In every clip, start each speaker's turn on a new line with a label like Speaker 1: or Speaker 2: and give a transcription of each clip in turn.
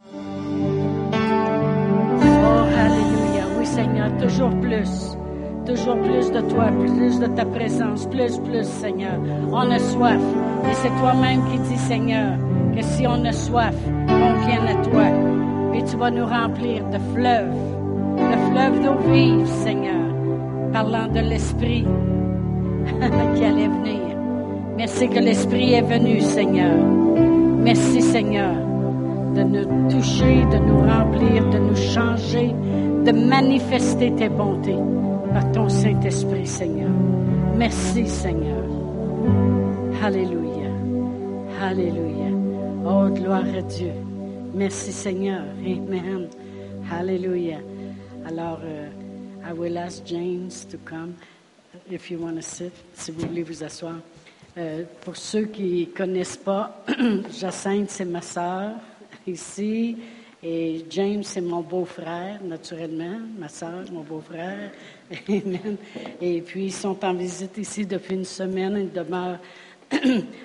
Speaker 1: Oh, toujours plus. Toujours plus de toi, plus de ta présence, plus, plus, Seigneur. On a soif. Et c'est toi-même qui dis, Seigneur, que si on a soif, on vient à toi. Et tu vas nous remplir de fleuves, de fleuves d'eau vive, Seigneur, parlant de l'Esprit qui allait venir. Merci que l'Esprit est venu, Seigneur. Merci, Seigneur, de nous toucher, de nous remplir, de nous changer, de manifester tes bontés par ton Saint-Esprit, Seigneur. Merci, Seigneur. Alléluia. Alléluia. Oh, gloire à Dieu. Merci, Seigneur. Amen. Hallelujah. Alors, uh, I will ask James to come if you want to sit, si vous voulez vous asseoir. Euh, pour ceux qui ne connaissent pas, Jacinthe, c'est ma sœur ici, et James, c'est mon beau-frère, naturellement, ma sœur, mon beau-frère. Amen. Et puis, ils sont en visite ici depuis une semaine, ils demeurent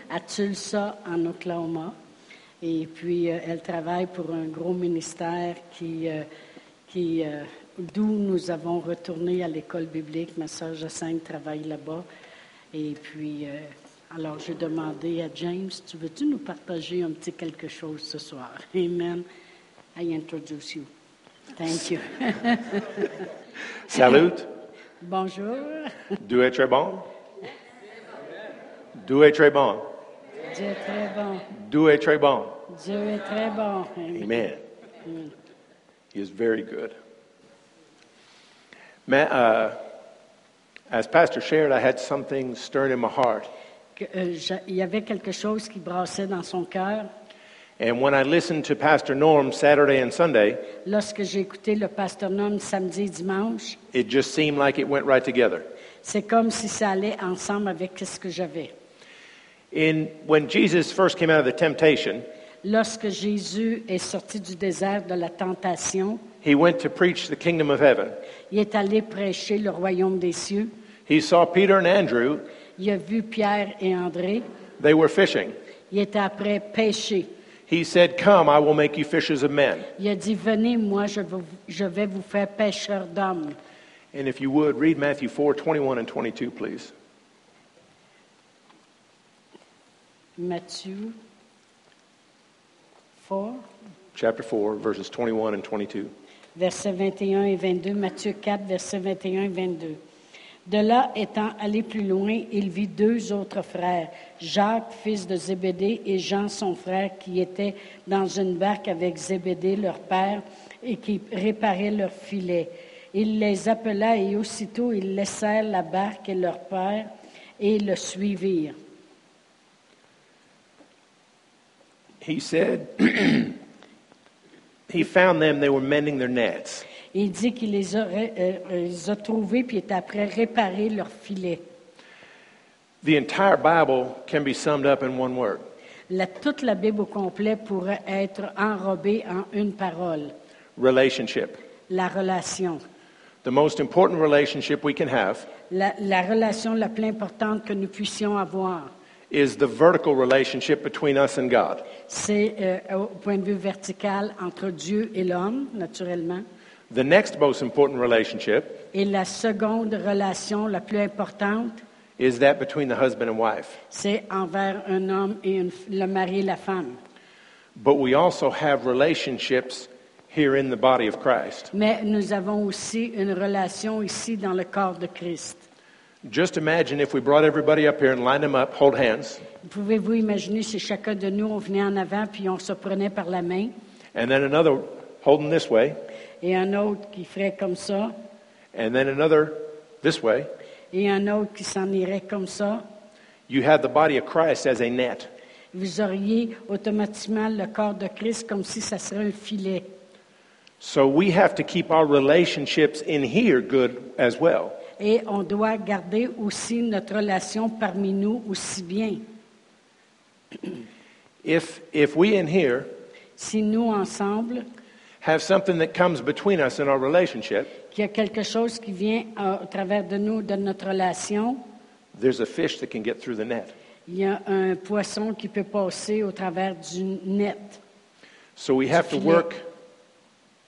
Speaker 1: à Tulsa, en Oklahoma. Et puis, euh, elle travaille pour un gros ministère qui, euh, qui euh, d'où nous avons retourné à l'école biblique. Ma sœur Jacinthe travaille là-bas. Et puis, euh, alors, j'ai demandé à James, tu veux-tu nous partager un petit quelque chose ce soir? Amen. I introduce you. Thank you.
Speaker 2: Salut.
Speaker 1: Bonjour.
Speaker 2: Dieu est très bon. Dieu est très bon.
Speaker 1: Dieu est très bon.
Speaker 2: Dieu est très bon.
Speaker 1: Dieu est très bon. Amen.
Speaker 2: Amen. He is very good. Man, uh, as Pastor shared, I had something stirring in my heart.
Speaker 1: Que, euh, j'a- il y avait quelque chose qui brassait dans son cœur.
Speaker 2: And when I listened to Pastor Norm Saturday and Sunday,
Speaker 1: Lorsque j'ai écouté le pasteur Nom samedi et dimanche,
Speaker 2: it just seemed like it went right together.
Speaker 1: c'est comme si ça allait ensemble avec ce que j'avais.
Speaker 2: In, when Jesus first came out of the temptation,
Speaker 1: Lorsque Jésus est sorti du désert de la tentation,
Speaker 2: he went to preach the kingdom of heaven.
Speaker 1: il est allé prêcher le royaume des cieux.
Speaker 2: He saw Peter and Andrew,
Speaker 1: Il a vu Pierre et André.
Speaker 2: they were fishing.
Speaker 1: Il est après pêché.
Speaker 2: He said, Come, I will make you fishers of men.
Speaker 1: Il a dit, venez, moi, je vais vous- je vais vous faire pêcheur d'hommes.
Speaker 2: And if you would, read Matthew 4 21 and 22, please.
Speaker 1: Matthieu 4,
Speaker 2: Chapter 4, verses 21 and 22.
Speaker 1: versets 21 et 22, Matthieu 4, versets 21 et 22. De là, étant allé plus loin, il vit deux autres frères, Jacques, fils de Zébédée, et Jean, son frère, qui étaient dans une barque avec Zébédée, leur père, et qui réparaient leur filet. Il les appela, et aussitôt ils laissèrent la barque et leur père, et le suivirent.
Speaker 2: He said, He found them, they were mending their nets.
Speaker 1: Il dit qu'il les a, ré- euh, euh, les a trouvés, puis est après réparé leur filet.
Speaker 2: The entire Bible can be summed up in one word
Speaker 1: La- toute la Bible au complet pourrait être enrobée en une parole,
Speaker 2: relationship.
Speaker 1: la relation.
Speaker 2: The most important relationship we can have
Speaker 1: La, la relation la plus importante que nous puissions avoir,
Speaker 2: is the vertical relationship between us and God.
Speaker 1: c'est euh, au point de vue vertical entre Dieu et l'homme, naturellement.
Speaker 2: The next most important relationship
Speaker 1: Et la seconde relation la plus importante,
Speaker 2: is that between the husband and wife.
Speaker 1: c'est envers un homme et une f- le mari et la femme.
Speaker 2: But we also have relationships here in the body of Christ.
Speaker 1: Mais nous avons aussi une relation ici dans le corps de Christ.
Speaker 2: Just imagine if we brought everybody up here and lined them up, hold hands,
Speaker 1: Pouvez-vous imaginer si chacun de nous, on venait en avant puis on se prenait par la main
Speaker 2: and then another holding this way,
Speaker 1: et un autre qui ferait comme ça
Speaker 2: and then another this way.
Speaker 1: et un autre qui s'en irait comme ça?
Speaker 2: You have the body of Christ as a net.
Speaker 1: Vous auriez automatiquement le corps de Christ comme si ça serait un filet.
Speaker 2: So we have to keep our relationships in here good as well.
Speaker 1: Et on doit garder aussi notre relation parmi nous aussi bien.
Speaker 2: If, if we in here
Speaker 1: Si nous, ensemble,
Speaker 2: have something that comes between us in our relationship,
Speaker 1: qu'il y a quelque chose qui vient euh, au travers de nous, de notre relation,
Speaker 2: there's a fish that can get through the net.
Speaker 1: il y a un poisson qui peut passer au travers du net.
Speaker 2: So we have to work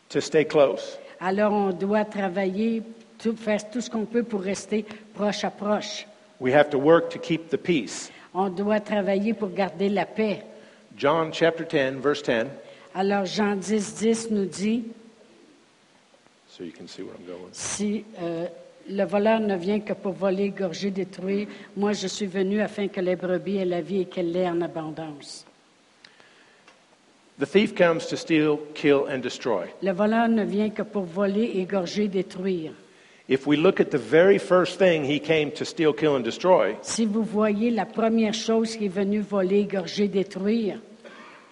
Speaker 2: to stay close.
Speaker 1: Alors on doit travailler, tout- faire tout ce qu'on peut pour rester proche à proche.
Speaker 2: We have to work to keep the peace.
Speaker 1: On doit travailler pour garder la paix.
Speaker 2: John chapter 10, verse 10.
Speaker 1: Alors Jean 10, 10 nous dit,
Speaker 2: So you can see where I'm going.
Speaker 1: si euh, le voleur ne vient que pour voler, gorger, détruire, moi je suis venu afin que les brebis aient la vie et qu'elle l'ait en abondance.
Speaker 2: The thief comes to steal, kill, and destroy.
Speaker 1: Le voleur ne vient que pour voler, égorger, détruire.
Speaker 2: If we look at the very first thing he came to steal, kill, and destroy,
Speaker 1: Si vous voyez la première chose qui est venue voler, égorger, détruire,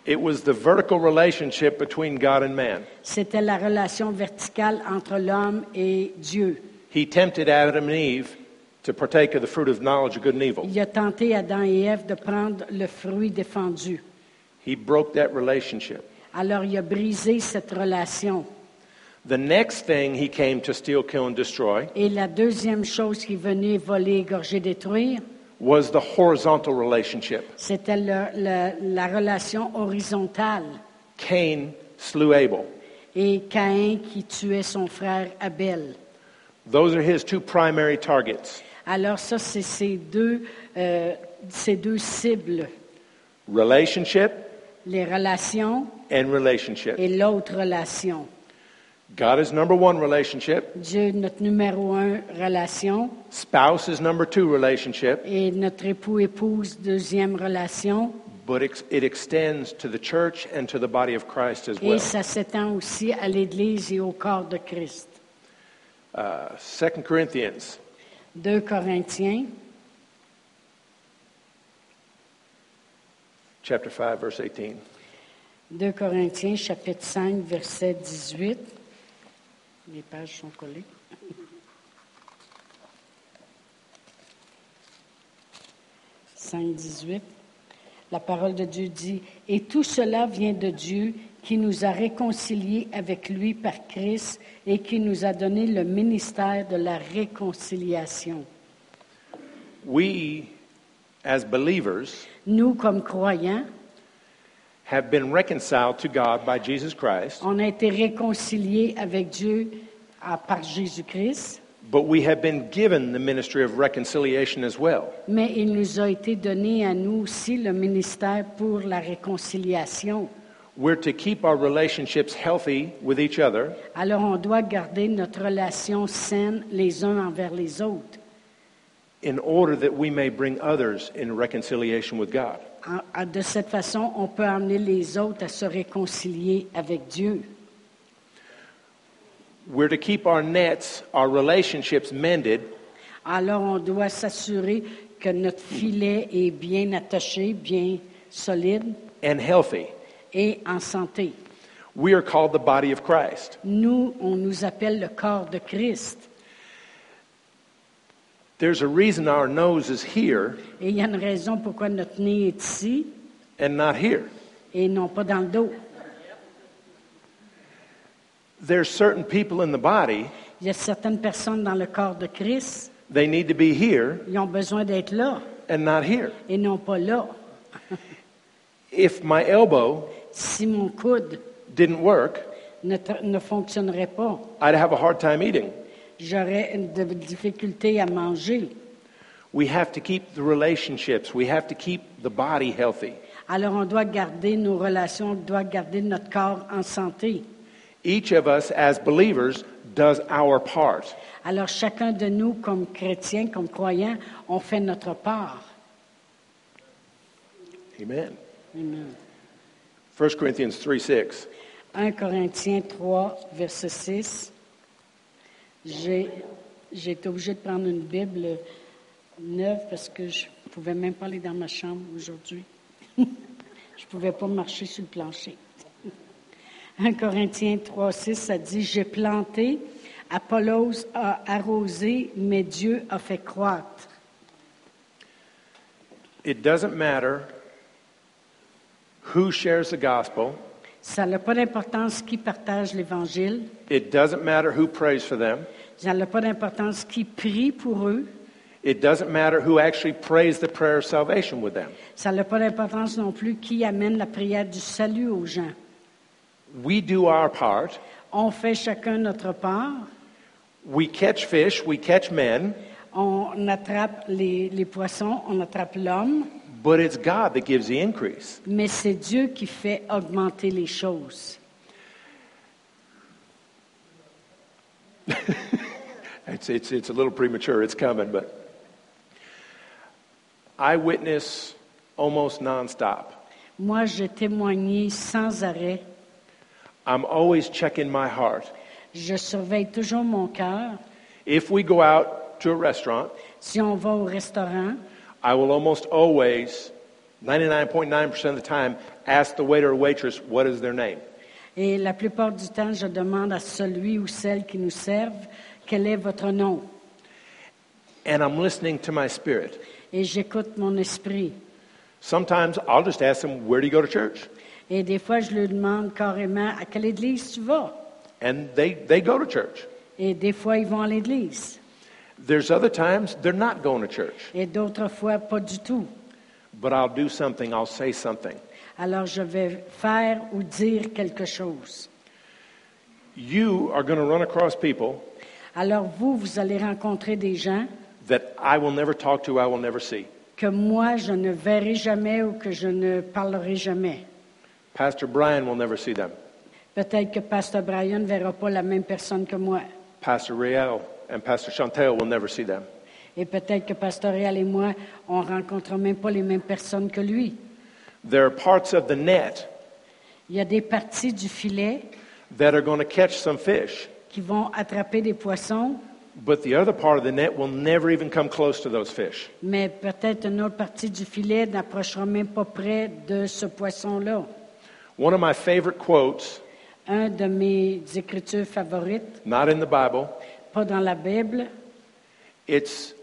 Speaker 2: it was the vertical relationship between God and man.
Speaker 1: c'était la relation verticale entre l'homme et Dieu.
Speaker 2: He tempted Adam and Eve to partake of the fruit of knowledge of good and evil.
Speaker 1: Il a tenté Adam et Ève de prendre le fruit défendu.
Speaker 2: He broke that relationship.
Speaker 1: Alors il a brisé cette relation.
Speaker 2: The next thing he came to steal, kill, and destroy
Speaker 1: Et la deuxième chose qui venait voler, égorger, détruire,
Speaker 2: was the horizontal relationship.
Speaker 1: c'était le- le- la relation horizontale.
Speaker 2: Cain slew Abel.
Speaker 1: Et Caïn qui tuait son frère Abel.
Speaker 2: Those are his two primary targets
Speaker 1: Alors ça, c'est ces deux, euh, ces deux cibles,
Speaker 2: relationship
Speaker 1: les relations
Speaker 2: and relationship.
Speaker 1: et l'autre relation.
Speaker 2: God is number one relationship,
Speaker 1: Dieu, notre numéro un, relation,
Speaker 2: spouse is number two relationship,
Speaker 1: et notre époux-épouse, deuxième relation,
Speaker 2: but ex- it extends to the church and to the body of Christ as
Speaker 1: et
Speaker 2: well.
Speaker 1: ça s'étend aussi à l'Église et au corps de Christ.
Speaker 2: Uh, 2 Corinthians
Speaker 1: 2 Corinthiens,
Speaker 2: chapter 5 verse 18.
Speaker 1: 2 Corinthiens, chapitre 5, verset 18. Les pages sont collées. « 5.18. La parole de Dieu dit, Et tout cela vient de Dieu qui nous a réconciliés avec lui par Christ et qui nous a donné le ministère de la réconciliation.
Speaker 2: We as believers
Speaker 1: Nous, comme croyants,
Speaker 2: have been reconciled to God by Jesus Christ,
Speaker 1: on a été réconciliés avec Dieu à- par Jésus-Christ.
Speaker 2: but we have been given the ministry of reconciliation as well.
Speaker 1: Mais il nous a été donné à nous aussi le ministère pour la réconciliation.
Speaker 2: We're to keep our relationships healthy with each other
Speaker 1: Alors on doit garder notre relation saine les uns envers les autres,
Speaker 2: in order that we may bring others in reconciliation with God.
Speaker 1: En- en- de cette façon, on peut amener les autres à se réconcilier avec Dieu.
Speaker 2: We're to keep our nets, our relationships mended
Speaker 1: Alors on doit s'assurer que notre filet est bien attaché, bien solide
Speaker 2: and healthy.
Speaker 1: et en santé.
Speaker 2: We are called the body of Christ.
Speaker 1: Nous, on nous appelle le corps de Christ.
Speaker 2: There's a reason our nose is here
Speaker 1: Et il y a une raison pourquoi notre nez est ici
Speaker 2: and not here.
Speaker 1: et non pas dans le dos.
Speaker 2: There's certain people in the body,
Speaker 1: Il y a certaines personnes dans le corps de Christ,
Speaker 2: they need to be here
Speaker 1: ils ont besoin d'être là
Speaker 2: and not here.
Speaker 1: et non pas là.
Speaker 2: If my elbow
Speaker 1: Si mon coude
Speaker 2: didn't work,
Speaker 1: ne, tra- ne fonctionnerait pas,
Speaker 2: I'd have a hard time eating.
Speaker 1: j'aurais une de- difficulté à manger.
Speaker 2: We have to keep the relationships. We have to keep the body healthy.
Speaker 1: Alors on doit garder nos relations, on doit garder notre corps en santé.
Speaker 2: Each of us as believers does our part.
Speaker 1: Alors chacun de nous, comme chrétiens, comme croyants, on fait notre part.
Speaker 2: Amen.
Speaker 1: Amen.
Speaker 2: 1 Corinthians 3 6.
Speaker 1: 1 Corinthiens 3, verset 6. J'ai j'ai été obligée de prendre une Bible neuve parce que je ne pouvais même pas aller dans ma chambre aujourd'hui. je ne pouvais pas marcher sur le plancher. 1 Corinthiens 3, 6, ça dit J'ai planté, Apollos a arrosé, mais Dieu a fait croître.
Speaker 2: It doesn't matter who shares the gospel,
Speaker 1: Ça n'a pas d'importance qui partage l'Évangile.
Speaker 2: it doesn't matter who prays for them,
Speaker 1: Ça n'a pas d'importance qui prie pour eux.
Speaker 2: it doesn't matter who actually prays the prayer of salvation with them.
Speaker 1: Ça n'a pas d'importance non plus qui amène la prière du salut aux gens.
Speaker 2: We do our part,
Speaker 1: On fait chacun notre part.
Speaker 2: We catch fish, we catch men,
Speaker 1: On attrape les, les poissons, on attrape l'homme,
Speaker 2: but it's God that gives the increase.
Speaker 1: mais c'est Dieu qui fait augmenter les choses.
Speaker 2: It's, it's, it's a little premature, it's coming, but I witness almost nonstop.
Speaker 1: Moi, j'ai témoigné sans arrêt.
Speaker 2: I'm always checking my heart.
Speaker 1: Je surveille toujours mon cœur.
Speaker 2: If we go out to a restaurant,
Speaker 1: Si on va au restaurant,
Speaker 2: I will almost always, 99.9% of the time, ask the waiter or waitress, what is their name?
Speaker 1: et la plupart du temps, je demande à celui ou celle qui nous servent quel est votre nom.
Speaker 2: And I'm listening to my spirit.
Speaker 1: Et j'écoute mon esprit.
Speaker 2: Sometimes I'll just ask them, where do you go to church?
Speaker 1: Et des fois, je lui demande carrément à quelle église tu vas.
Speaker 2: And they, they go to church.
Speaker 1: Et des fois, ils vont à l'église.
Speaker 2: There's other times they're not going to church,
Speaker 1: Et d'autres fois, pas du tout.
Speaker 2: but I'll do something, I'll say something.
Speaker 1: Alors, je vais faire ou dire quelque chose.
Speaker 2: You are going to run across people
Speaker 1: Alors, vous, vous allez rencontrer des gens
Speaker 2: that I will never talk to, I will never see.
Speaker 1: que moi, je ne verrai jamais ou que je ne parlerai jamais.
Speaker 2: Pastor Brian will never see them.
Speaker 1: Peut-être que Pasteur Brian ne verra pas la même personne que moi.
Speaker 2: Pastor Riel and Pastor Chantel will never see them.
Speaker 1: Et peut-être que Pasteur Réal et moi, on ne rencontre même pas les mêmes personnes que lui.
Speaker 2: There are parts of the net
Speaker 1: Il y a des parties du filet
Speaker 2: that are going to catch some fish,
Speaker 1: qui vont attraper des poissons,
Speaker 2: but the other part of the net will never even come close to those fish.
Speaker 1: mais peut-être une autre partie du filet n'approchera même pas près de ce poisson-là.
Speaker 2: One of my favorite quotes,
Speaker 1: Un de mes écritures favorites,
Speaker 2: not in the Bible,
Speaker 1: pas dans la Bible,
Speaker 2: it's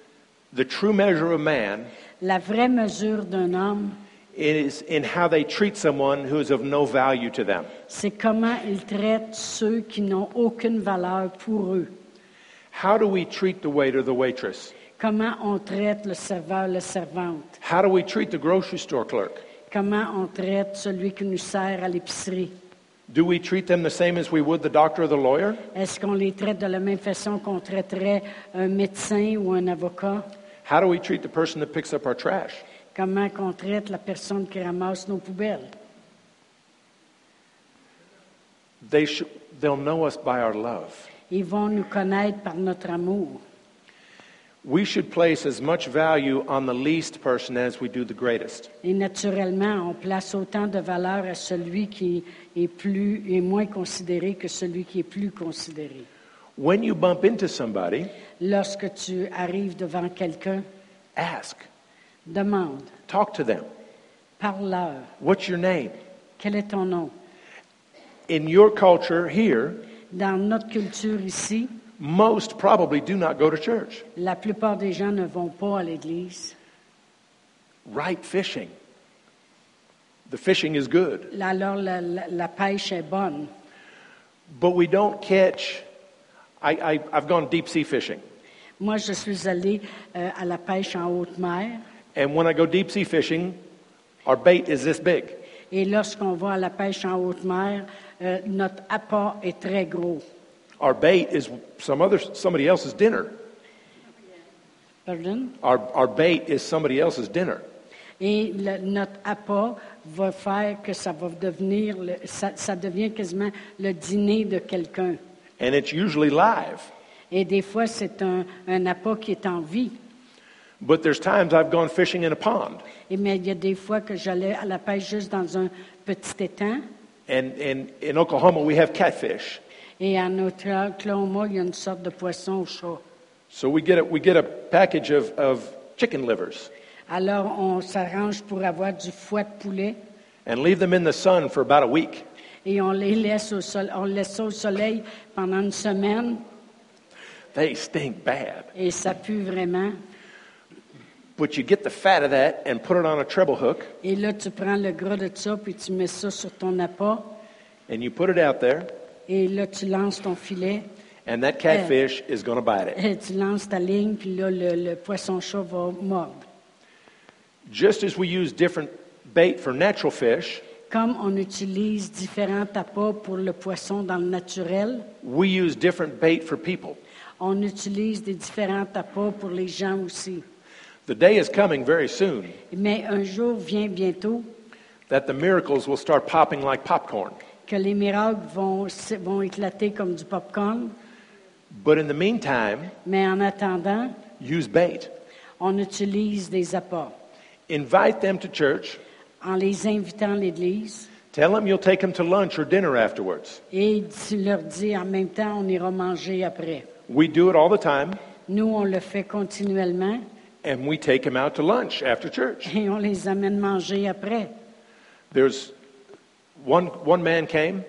Speaker 2: the true measure of man
Speaker 1: la vraie mesure d'un homme,
Speaker 2: is in how they treat someone who is of no value to them.
Speaker 1: c'est comment il traite ceux qui n'ont aucune valeur pour eux.
Speaker 2: How do we treat the waiter, the waitress?
Speaker 1: Comment on traite le serveur, la servante.
Speaker 2: How do we treat the grocery store clerk?
Speaker 1: Comment on traite celui qui nous sert à l'épicerie.
Speaker 2: Do we treat them the same as we would the doctor or the lawyer?
Speaker 1: Est-ce qu'on les traite de la même façon qu'on traiterait un médecin ou un avocat?
Speaker 2: How do we treat the person that picks up our trash?
Speaker 1: Comment qu'on traite la personne qui ramasse nos poubelles?
Speaker 2: They sh- they'll know us by our love.
Speaker 1: Ils vont nous connaître par notre amour.
Speaker 2: We should place as much value on the least person as we do the greatest.
Speaker 1: Et naturellement, on place autant de valeur à celui qui est plus et moins considéré que celui qui est plus considéré.
Speaker 2: When you bump into somebody,
Speaker 1: Lorsque tu arrives devant quelqu'un,
Speaker 2: ask,
Speaker 1: demande,
Speaker 2: talk to them.
Speaker 1: parle-leur,
Speaker 2: What's your name?
Speaker 1: quel est ton nom?
Speaker 2: In your culture here,
Speaker 1: Dans notre culture ici,
Speaker 2: most probably do not go to church.
Speaker 1: la plupart des gens ne vont pas à l'église.
Speaker 2: Right fishing. The fishing is good,
Speaker 1: Alors, la, la- la pêche est bonne,
Speaker 2: but we don't catch. I, I, I've gone deep sea fishing.
Speaker 1: Moi, je suis allée euh, à la pêche en haute mer.
Speaker 2: And when I go deep sea fishing, our bait is this big.
Speaker 1: Et lorsqu'on va à la pêche en haute mer, euh, notre apport est très gros.
Speaker 2: Our bait is some other, somebody else's dinner.
Speaker 1: Pardon?
Speaker 2: Our, our bait is somebody else's dinner.
Speaker 1: Et le- notre apport va faire que ça va devenir, le- ça, ça devient quasiment le dîner de quelqu'un.
Speaker 2: And it's usually live.
Speaker 1: Et des fois, c'est un, un appât qui est en vie.
Speaker 2: But there's times I've gone fishing in a pond.
Speaker 1: Et, mais il y a des fois que j'allais à la pêche juste dans un petit étang.
Speaker 2: And, and in Oklahoma, we have catfish.
Speaker 1: Et en Oklahoma, il y a une sorte de poisson au chat.
Speaker 2: So we get a, we get a package of, of chicken livers
Speaker 1: Alors, on s'arrange pour avoir du foie de poulet
Speaker 2: and leave them in the sun for about a week.
Speaker 1: et on les laisse au, sol- on le laisse au soleil pendant une semaine
Speaker 2: They stink bad.
Speaker 1: et ça pue vraiment.
Speaker 2: But you get the fat of that and put it on a treble hook
Speaker 1: Et là, tu prends le gras de ça puis tu mets ça sur ton appât
Speaker 2: and you put it out there,
Speaker 1: et là, tu lances ton filet,
Speaker 2: and that catfish is going to bite it.
Speaker 1: et tu lances ta ligne puis là, le, le poisson chat va mordre.
Speaker 2: Just as we use different bait for natural fish,
Speaker 1: Comme on utilise différents appâts pour le poisson dans le naturel,
Speaker 2: We use different bait for people.
Speaker 1: on utilise des différents appâts pour les gens aussi.
Speaker 2: The day is coming very soon
Speaker 1: Mais un jour vient bientôt
Speaker 2: that the miracles will start popping like popcorn.
Speaker 1: que les miracles vont, s- vont éclater comme du popcorn.
Speaker 2: But in the meantime,
Speaker 1: Mais en attendant,
Speaker 2: use bait.
Speaker 1: on utilise des apports.
Speaker 2: Invite them to church.
Speaker 1: En les invitant à l'Église,
Speaker 2: Tell them you'll take them to lunch or dinner afterwards.
Speaker 1: et tu leur dis en même temps, on ira manger après.
Speaker 2: We do it all the time,
Speaker 1: Nous, on le fait continuellement
Speaker 2: and we take them out to lunch after church.
Speaker 1: et on les amène manger après.
Speaker 2: There's one, one man came.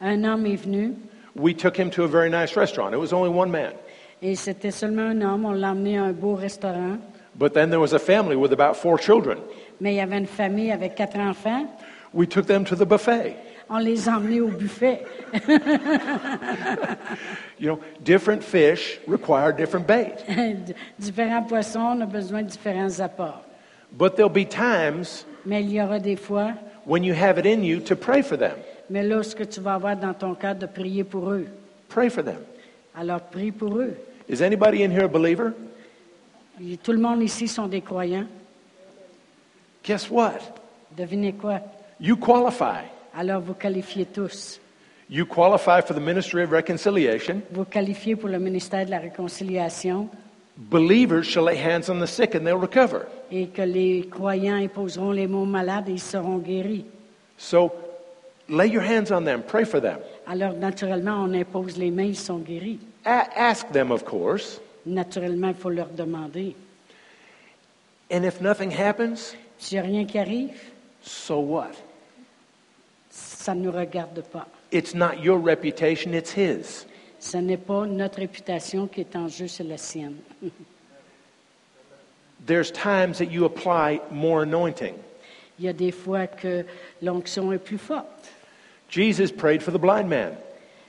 Speaker 1: Un homme est venu
Speaker 2: We took him to a very nice restaurant. It was only one man.
Speaker 1: et c'était seulement un homme. On l'a emmené à un beau restaurant,
Speaker 2: But then there was a family with about four children.
Speaker 1: mais il y avait une famille avec quatre enfants.
Speaker 2: We took them to the buffet.
Speaker 1: On les a emmenés au buffet.
Speaker 2: You know, different fish require different bait.
Speaker 1: D- différents poissons, on a besoin de différents apports.
Speaker 2: But there'll be times
Speaker 1: Mais il y aura des fois,
Speaker 2: when you have it in you to pray for them.
Speaker 1: mais là, ce que tu vas avoir dans ton cœur de prier pour eux.
Speaker 2: Pray for them.
Speaker 1: Alors, prie pour eux.
Speaker 2: Is anybody in here a believer?
Speaker 1: Et Tout le monde ici sont des croyants.
Speaker 2: Guess what?
Speaker 1: Devinez quoi?
Speaker 2: You qualify.
Speaker 1: Alors, vous qualifiez tous.
Speaker 2: You qualify for the ministry of reconciliation.
Speaker 1: Vous qualifiez pour le ministère de la Réconciliation
Speaker 2: Believers shall lay hands on the sick and they'll recover.
Speaker 1: et que les croyants imposeront les mots malades et ils seront guéris.
Speaker 2: So lay your hands on them, pray for them.
Speaker 1: Alors, naturellement, on impose les mains, ils sont guéris.
Speaker 2: A- ask them, of course.
Speaker 1: Naturellement, il faut leur demander.
Speaker 2: And if nothing happens,
Speaker 1: S'il n'y a rien qui arrive,
Speaker 2: so what?
Speaker 1: ça ne nous regarde pas.
Speaker 2: It's not your reputation, it's his.
Speaker 1: Ce n'est pas notre réputation qui est en jeu, c'est la sienne.
Speaker 2: There's times that you apply more anointing.
Speaker 1: Il y a des fois que l'onction est plus forte.
Speaker 2: Jesus prayed for the blind man.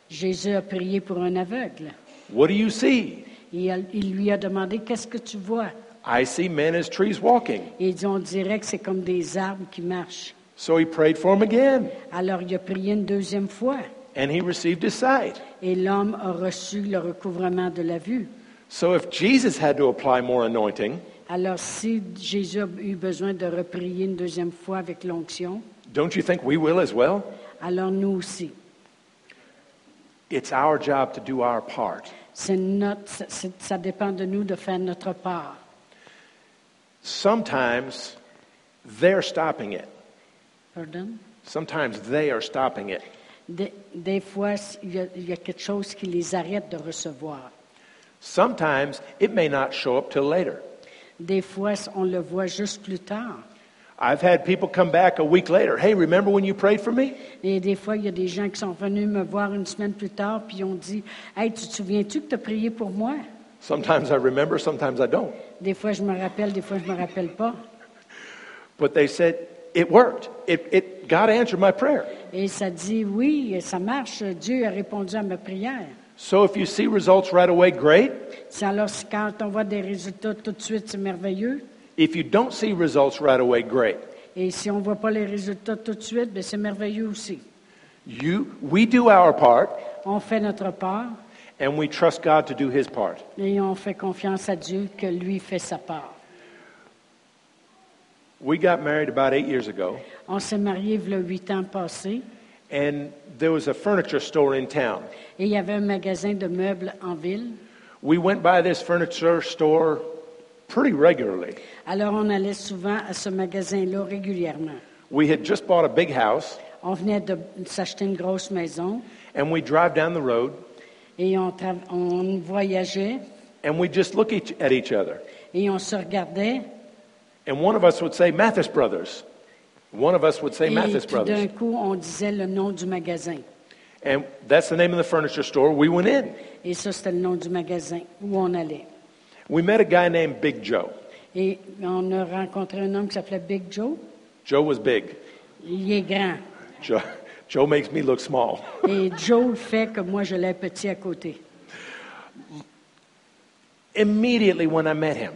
Speaker 1: Jésus a prié pour un aveugle.
Speaker 2: What do you see?
Speaker 1: Et elle- il lui a demandé, qu'est-ce que tu vois?
Speaker 2: I see men as trees walking.
Speaker 1: Et il dit, on dirait que c'est comme des arbres qui marchent.
Speaker 2: So he prayed for him again,
Speaker 1: Alors il a prié une deuxième fois.
Speaker 2: and he received his sight.
Speaker 1: Et l'homme a reçu le recouvrement de la vue.
Speaker 2: So if Jesus had to apply more anointing,
Speaker 1: Alors si Jésus a eu besoin de reprier une deuxième fois avec l'onction,
Speaker 2: don't you think we will as well?
Speaker 1: alors nous aussi.
Speaker 2: It's our job to do our part.
Speaker 1: C'est notre, ça- c'est- ça dépend de nous de faire notre part.
Speaker 2: Sometimes they're stopping it.
Speaker 1: Pardon?
Speaker 2: Sometimes they are stopping it.
Speaker 1: Des, des fois, il y, a, il y a quelque chose qui les arrête de recevoir.
Speaker 2: Sometimes it may not show up till later.
Speaker 1: Des fois, on le voit juste plus tard.
Speaker 2: I've had people come back a week later. Hey, remember when you prayed for me?
Speaker 1: Et des fois, il y a des gens qui sont venus me voir une semaine plus tard, puis ils ont dit Hey, tu te souviens-tu que tu as prié pour moi
Speaker 2: Sometimes I remember, sometimes I don't.
Speaker 1: Des fois, je me rappelle, des fois, je me rappelle pas.
Speaker 2: But they said, it worked. It, it, God answered my prayer.
Speaker 1: Et ça dit Oui, ça marche, Dieu a répondu à ma prière.
Speaker 2: So if you see results right away, great.
Speaker 1: C'est Alors, si quand on voit des résultats tout de suite, c'est merveilleux.
Speaker 2: If you don't see results right away, great.
Speaker 1: Et si on ne voit pas les résultats tout de suite, bien, c'est merveilleux aussi.
Speaker 2: You, we do our part,
Speaker 1: On fait notre part.
Speaker 2: and we trust God to do His part.
Speaker 1: Et on fait confiance à Dieu que lui fait sa part.
Speaker 2: We got married about eight years ago,
Speaker 1: On s'est mariés il y a huit ans passés
Speaker 2: and there was a furniture store in town.
Speaker 1: et il y avait un magasin de meubles en ville.
Speaker 2: We went by this furniture store pretty regularly.
Speaker 1: Alors on allait souvent à ce magasin-là régulièrement.
Speaker 2: We had just bought a big house,
Speaker 1: On venait de s'acheter une grosse maison
Speaker 2: and we drive down the road,
Speaker 1: et on, tra- on voyageait
Speaker 2: and we just look each, at each other.
Speaker 1: et on se regardait.
Speaker 2: And one of us would say Mathis Brothers. One of us would say
Speaker 1: et
Speaker 2: Mathis
Speaker 1: tout d'un
Speaker 2: Brothers.
Speaker 1: coup, on disait le nom du magasin.
Speaker 2: And that's the name of the furniture store. We went in.
Speaker 1: Et ça, c'était le nom du magasin où on allait.
Speaker 2: We met a guy named Big Joe.
Speaker 1: Et on a rencontré un homme qui s'appelait Big Joe.
Speaker 2: Joe was big.
Speaker 1: Il est grand.
Speaker 2: Joe, Joe makes me look small.
Speaker 1: Et Joe le fait que moi, je l'ai petit à côté.
Speaker 2: Immediately when I met him,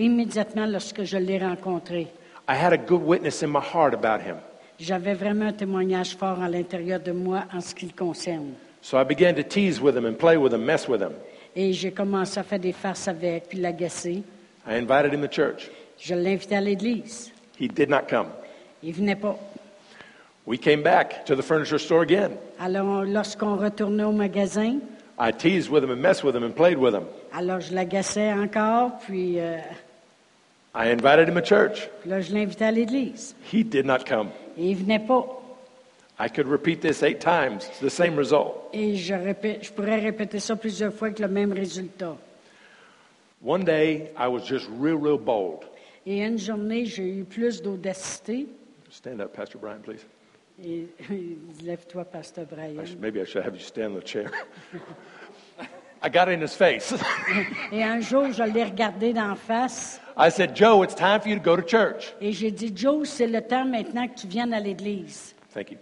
Speaker 1: Immédiatement lorsque je l'ai rencontré,
Speaker 2: I had a good witness in my heart about him.
Speaker 1: J'avais vraiment un témoignage fort à l'intérieur de moi en ce qui le concerne.
Speaker 2: So I began to tease with him and play with him, mess with him.
Speaker 1: Et j'ai commencé à faire des farces avec, puis l'agacer.
Speaker 2: I invited him to church.
Speaker 1: Je l'invitais à l'église.
Speaker 2: He did not come.
Speaker 1: Il venait pas.
Speaker 2: We came back to the furniture store again.
Speaker 1: Alors, lorsqu'on retournait au magasin,
Speaker 2: I teased with him and messed with him and played with him.
Speaker 1: alors je l'agaçais encore, puis euh,
Speaker 2: I invited him to church.
Speaker 1: puis là, je l'invitais à l'église.
Speaker 2: He did not come.
Speaker 1: Et il venait pas.
Speaker 2: I could repeat this eight times, It's the same result.
Speaker 1: Et je, répé- je pourrais répéter ça plusieurs fois avec le même résultat.
Speaker 2: One day, I was just real, real bold.
Speaker 1: Et une journée, j'ai eu plus d'audacité.
Speaker 2: Stand up, Pastor Brian, please.
Speaker 1: Et il dit, lève-toi, pasteur Brian.
Speaker 2: I should- maybe I should have you stand in the chair. I got in his face.
Speaker 1: Et un jour, je l'ai regardé d'en face
Speaker 2: I said, Joe, it's time for you to go to church.
Speaker 1: et j'ai dit, Joe, c'est le temps maintenant que tu viennes à l'église.
Speaker 2: Thank you.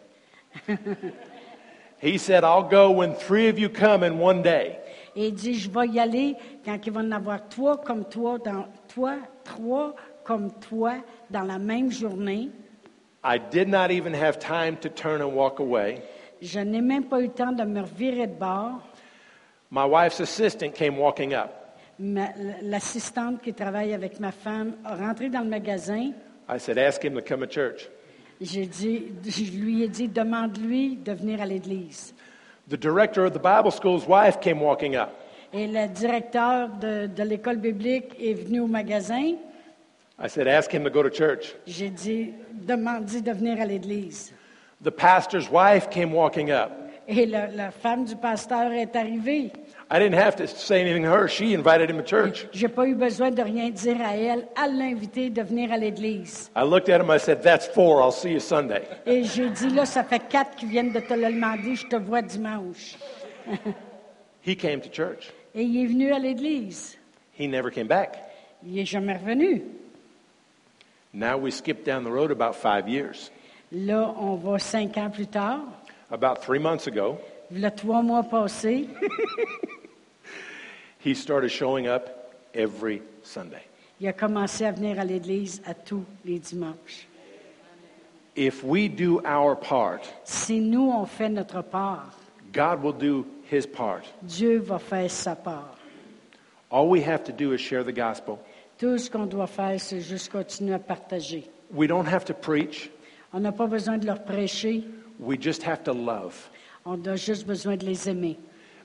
Speaker 2: he said, I'll go when three of you come in one day.
Speaker 1: Et il dit, je vais y aller quand il va en avoir trois comme toi, dans, toi, trois comme toi dans la même journée.
Speaker 2: I did not even have time to turn and walk away.
Speaker 1: Je n'ai même pas eu le temps de me revirer de bord.
Speaker 2: My wife's assistant came walking up.
Speaker 1: Ma- L'assistante qui travaille avec ma femme a rentré dans le magasin.
Speaker 2: I said, Ask him to come to church.
Speaker 1: J'ai dit, je lui ai dit, demande-lui de venir à l'église.
Speaker 2: The director of the Bible school's wife came walking up.
Speaker 1: Et le directeur de, de l'école biblique est venu au magasin.
Speaker 2: I said, Ask him to go to church.
Speaker 1: J'ai dit, demande-lui de venir à l'église.
Speaker 2: The pastor's wife came walking up.
Speaker 1: Et la- la femme du pasteur est arrivée.
Speaker 2: I didn't have to say anything to her. She invited him to church.
Speaker 1: J'ai pas eu besoin de rien dire à elle, à l'inviter de venir à l'église.
Speaker 2: I looked at him. I said, That's four. I'll see you Sunday.
Speaker 1: Et j'ai dit, là, ça fait quatre qui viennent de te le demander, je te vois dimanche.
Speaker 2: He came to church.
Speaker 1: Et il est venu à l'église.
Speaker 2: He never came back.
Speaker 1: Il est jamais revenu.
Speaker 2: Now we skip down the road about five years.
Speaker 1: Là, on va cinq ans plus tard.
Speaker 2: About three months ago,
Speaker 1: Le trois mois passés,
Speaker 2: he started showing up every Sunday.
Speaker 1: il a commencé à venir à l'église à tous les dimanches.
Speaker 2: If we do our part,
Speaker 1: Si nous, on fait notre part,
Speaker 2: God will do his part.
Speaker 1: Dieu va faire sa part.
Speaker 2: All we have to do is share the gospel.
Speaker 1: Tout ce qu'on doit faire, c'est juste continuer à partager.
Speaker 2: We don't have to preach,
Speaker 1: On n'a pas besoin de leur prêcher,
Speaker 2: we just have to love.
Speaker 1: on a juste besoin de les aimer.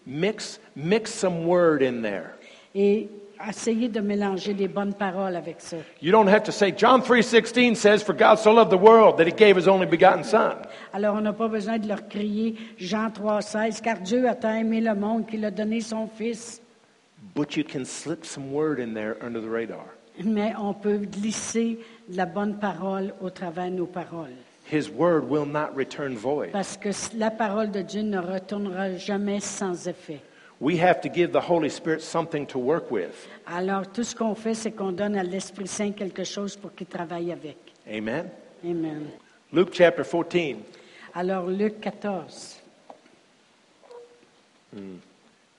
Speaker 2: Mix, mix some word in there.
Speaker 1: et essayer de mélanger des bonnes paroles avec ça.
Speaker 2: You don't have to say John 3:16 says for God so loved the world that he gave his only begotten son.
Speaker 1: Alors, on n'a pas besoin de leur crier Jean 3,16, car Dieu a tant aimé le monde qu'il a donné son Fils.
Speaker 2: But you can slip some word in there under the radar.
Speaker 1: Mais on peut glisser de la bonne parole au travers de nos paroles.
Speaker 2: His word will not return void.
Speaker 1: Parce que la parole de Dieu ne retournera jamais sans effet.
Speaker 2: We have to give the Holy Spirit something to work with.
Speaker 1: Alors, tout ce qu'on fait, c'est qu'on donne à l'Esprit Saint quelque chose pour qu'il travaille avec.
Speaker 2: Amen.
Speaker 1: Amen.
Speaker 2: Luke chapter 14.
Speaker 1: Alors, Luc 14.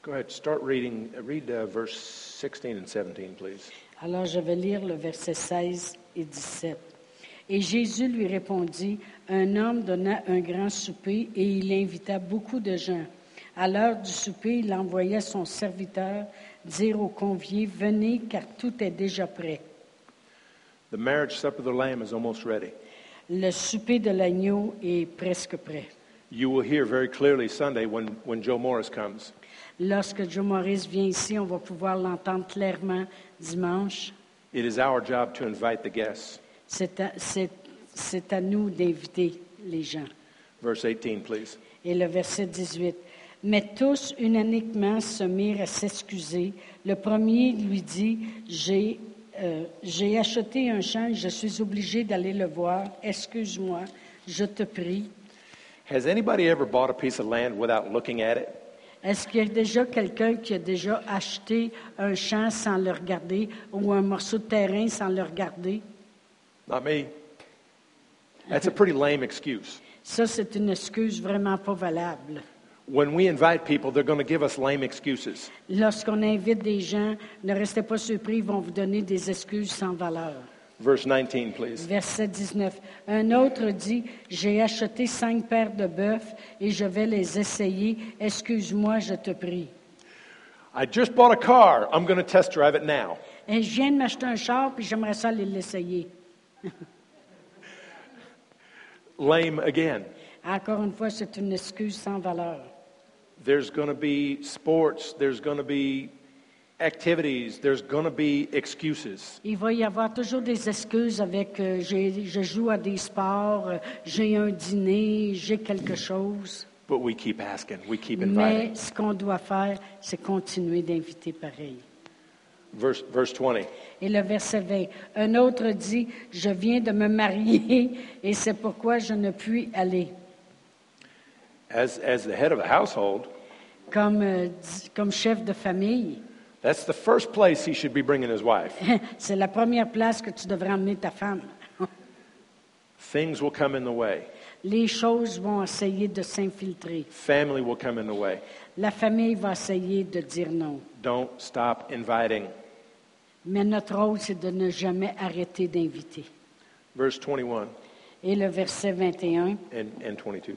Speaker 2: Go ahead, start reading. Read uh, verse 16 and 17, please.
Speaker 1: Alors je vais lire le verset 16 et 17. Et Jésus lui répondit, un homme donna un grand souper et il invita beaucoup de gens. À l'heure du souper, il envoya son serviteur dire aux conviés, venez car tout est déjà prêt.
Speaker 2: The marriage supper of the Lamb is almost ready.
Speaker 1: Le souper de l'agneau est presque prêt.
Speaker 2: You will hear very clearly Sunday when, when Joe Morris comes.
Speaker 1: Lorsque Joe Maurice vient ici, on va pouvoir l'entendre clairement dimanche.
Speaker 2: It is our job to invite the guests.
Speaker 1: C'est à- c'est- c'est à nous d'inviter les gens.
Speaker 2: Verse 18, please.
Speaker 1: Et le verset 18. Mais tous unanimement se mirent à s'excuser. Le premier lui dit, j'ai euh, j'ai acheté un champ, et je suis obligé d'aller le voir. Excuse-moi, je te prie.
Speaker 2: Has anybody ever bought a piece of land without looking at it?
Speaker 1: Est-ce qu'il y a déjà quelqu'un qui a déjà acheté un champ sans le regarder ou un morceau de terrain sans le regarder?
Speaker 2: Not me. That's a pretty lame excuse.
Speaker 1: Ça, c'est une excuse vraiment pas valable.
Speaker 2: When we invite people, they're going to give us lame excuses.
Speaker 1: Lorsqu'on invite des gens, ne restez pas surpris, ils vont vous donner des excuses sans valeur.
Speaker 2: Verse 19, please.
Speaker 1: Verset 19. Un autre dit, j'ai acheté cinq paires de bœufs et je vais les essayer. Excuse-moi, je te prie.
Speaker 2: I just bought a car. I'm going to test drive it now.
Speaker 1: Et je viens de m'acheter un char, puis j'aimerais ça aller l'essayer.
Speaker 2: Lame again.
Speaker 1: Encore une fois, c'est une excuse sans valeur.
Speaker 2: There's going to be sports, there's going to be activities, there's going to be excuses.
Speaker 1: Il va y avoir toujours des excuses avec euh, j'ai- je joue à des sports, euh, j'ai un dîner, j'ai quelque chose.
Speaker 2: But we keep asking, we keep inviting.
Speaker 1: Mais ce qu'on doit faire, c'est continuer d'inviter pareil.
Speaker 2: Verse, verse 20.
Speaker 1: Et le verset 20, un autre dit, je viens de me marier et c'est pourquoi je ne puis aller.
Speaker 2: As, as the head of a household,
Speaker 1: Comme, euh, di- comme chef de famille,
Speaker 2: that's the first place he should be bringing his wife.
Speaker 1: c'est la première place que tu devrais emmener ta femme.
Speaker 2: Things will come in the way,
Speaker 1: Les choses vont essayer de s'infiltrer.
Speaker 2: family will come in the way.
Speaker 1: La famille va essayer de dire non.
Speaker 2: Don't stop inviting.
Speaker 1: Mais notre rôle, c'est de ne jamais arrêter d'inviter.
Speaker 2: Verse 21
Speaker 1: Et le verset 21
Speaker 2: and, and 22.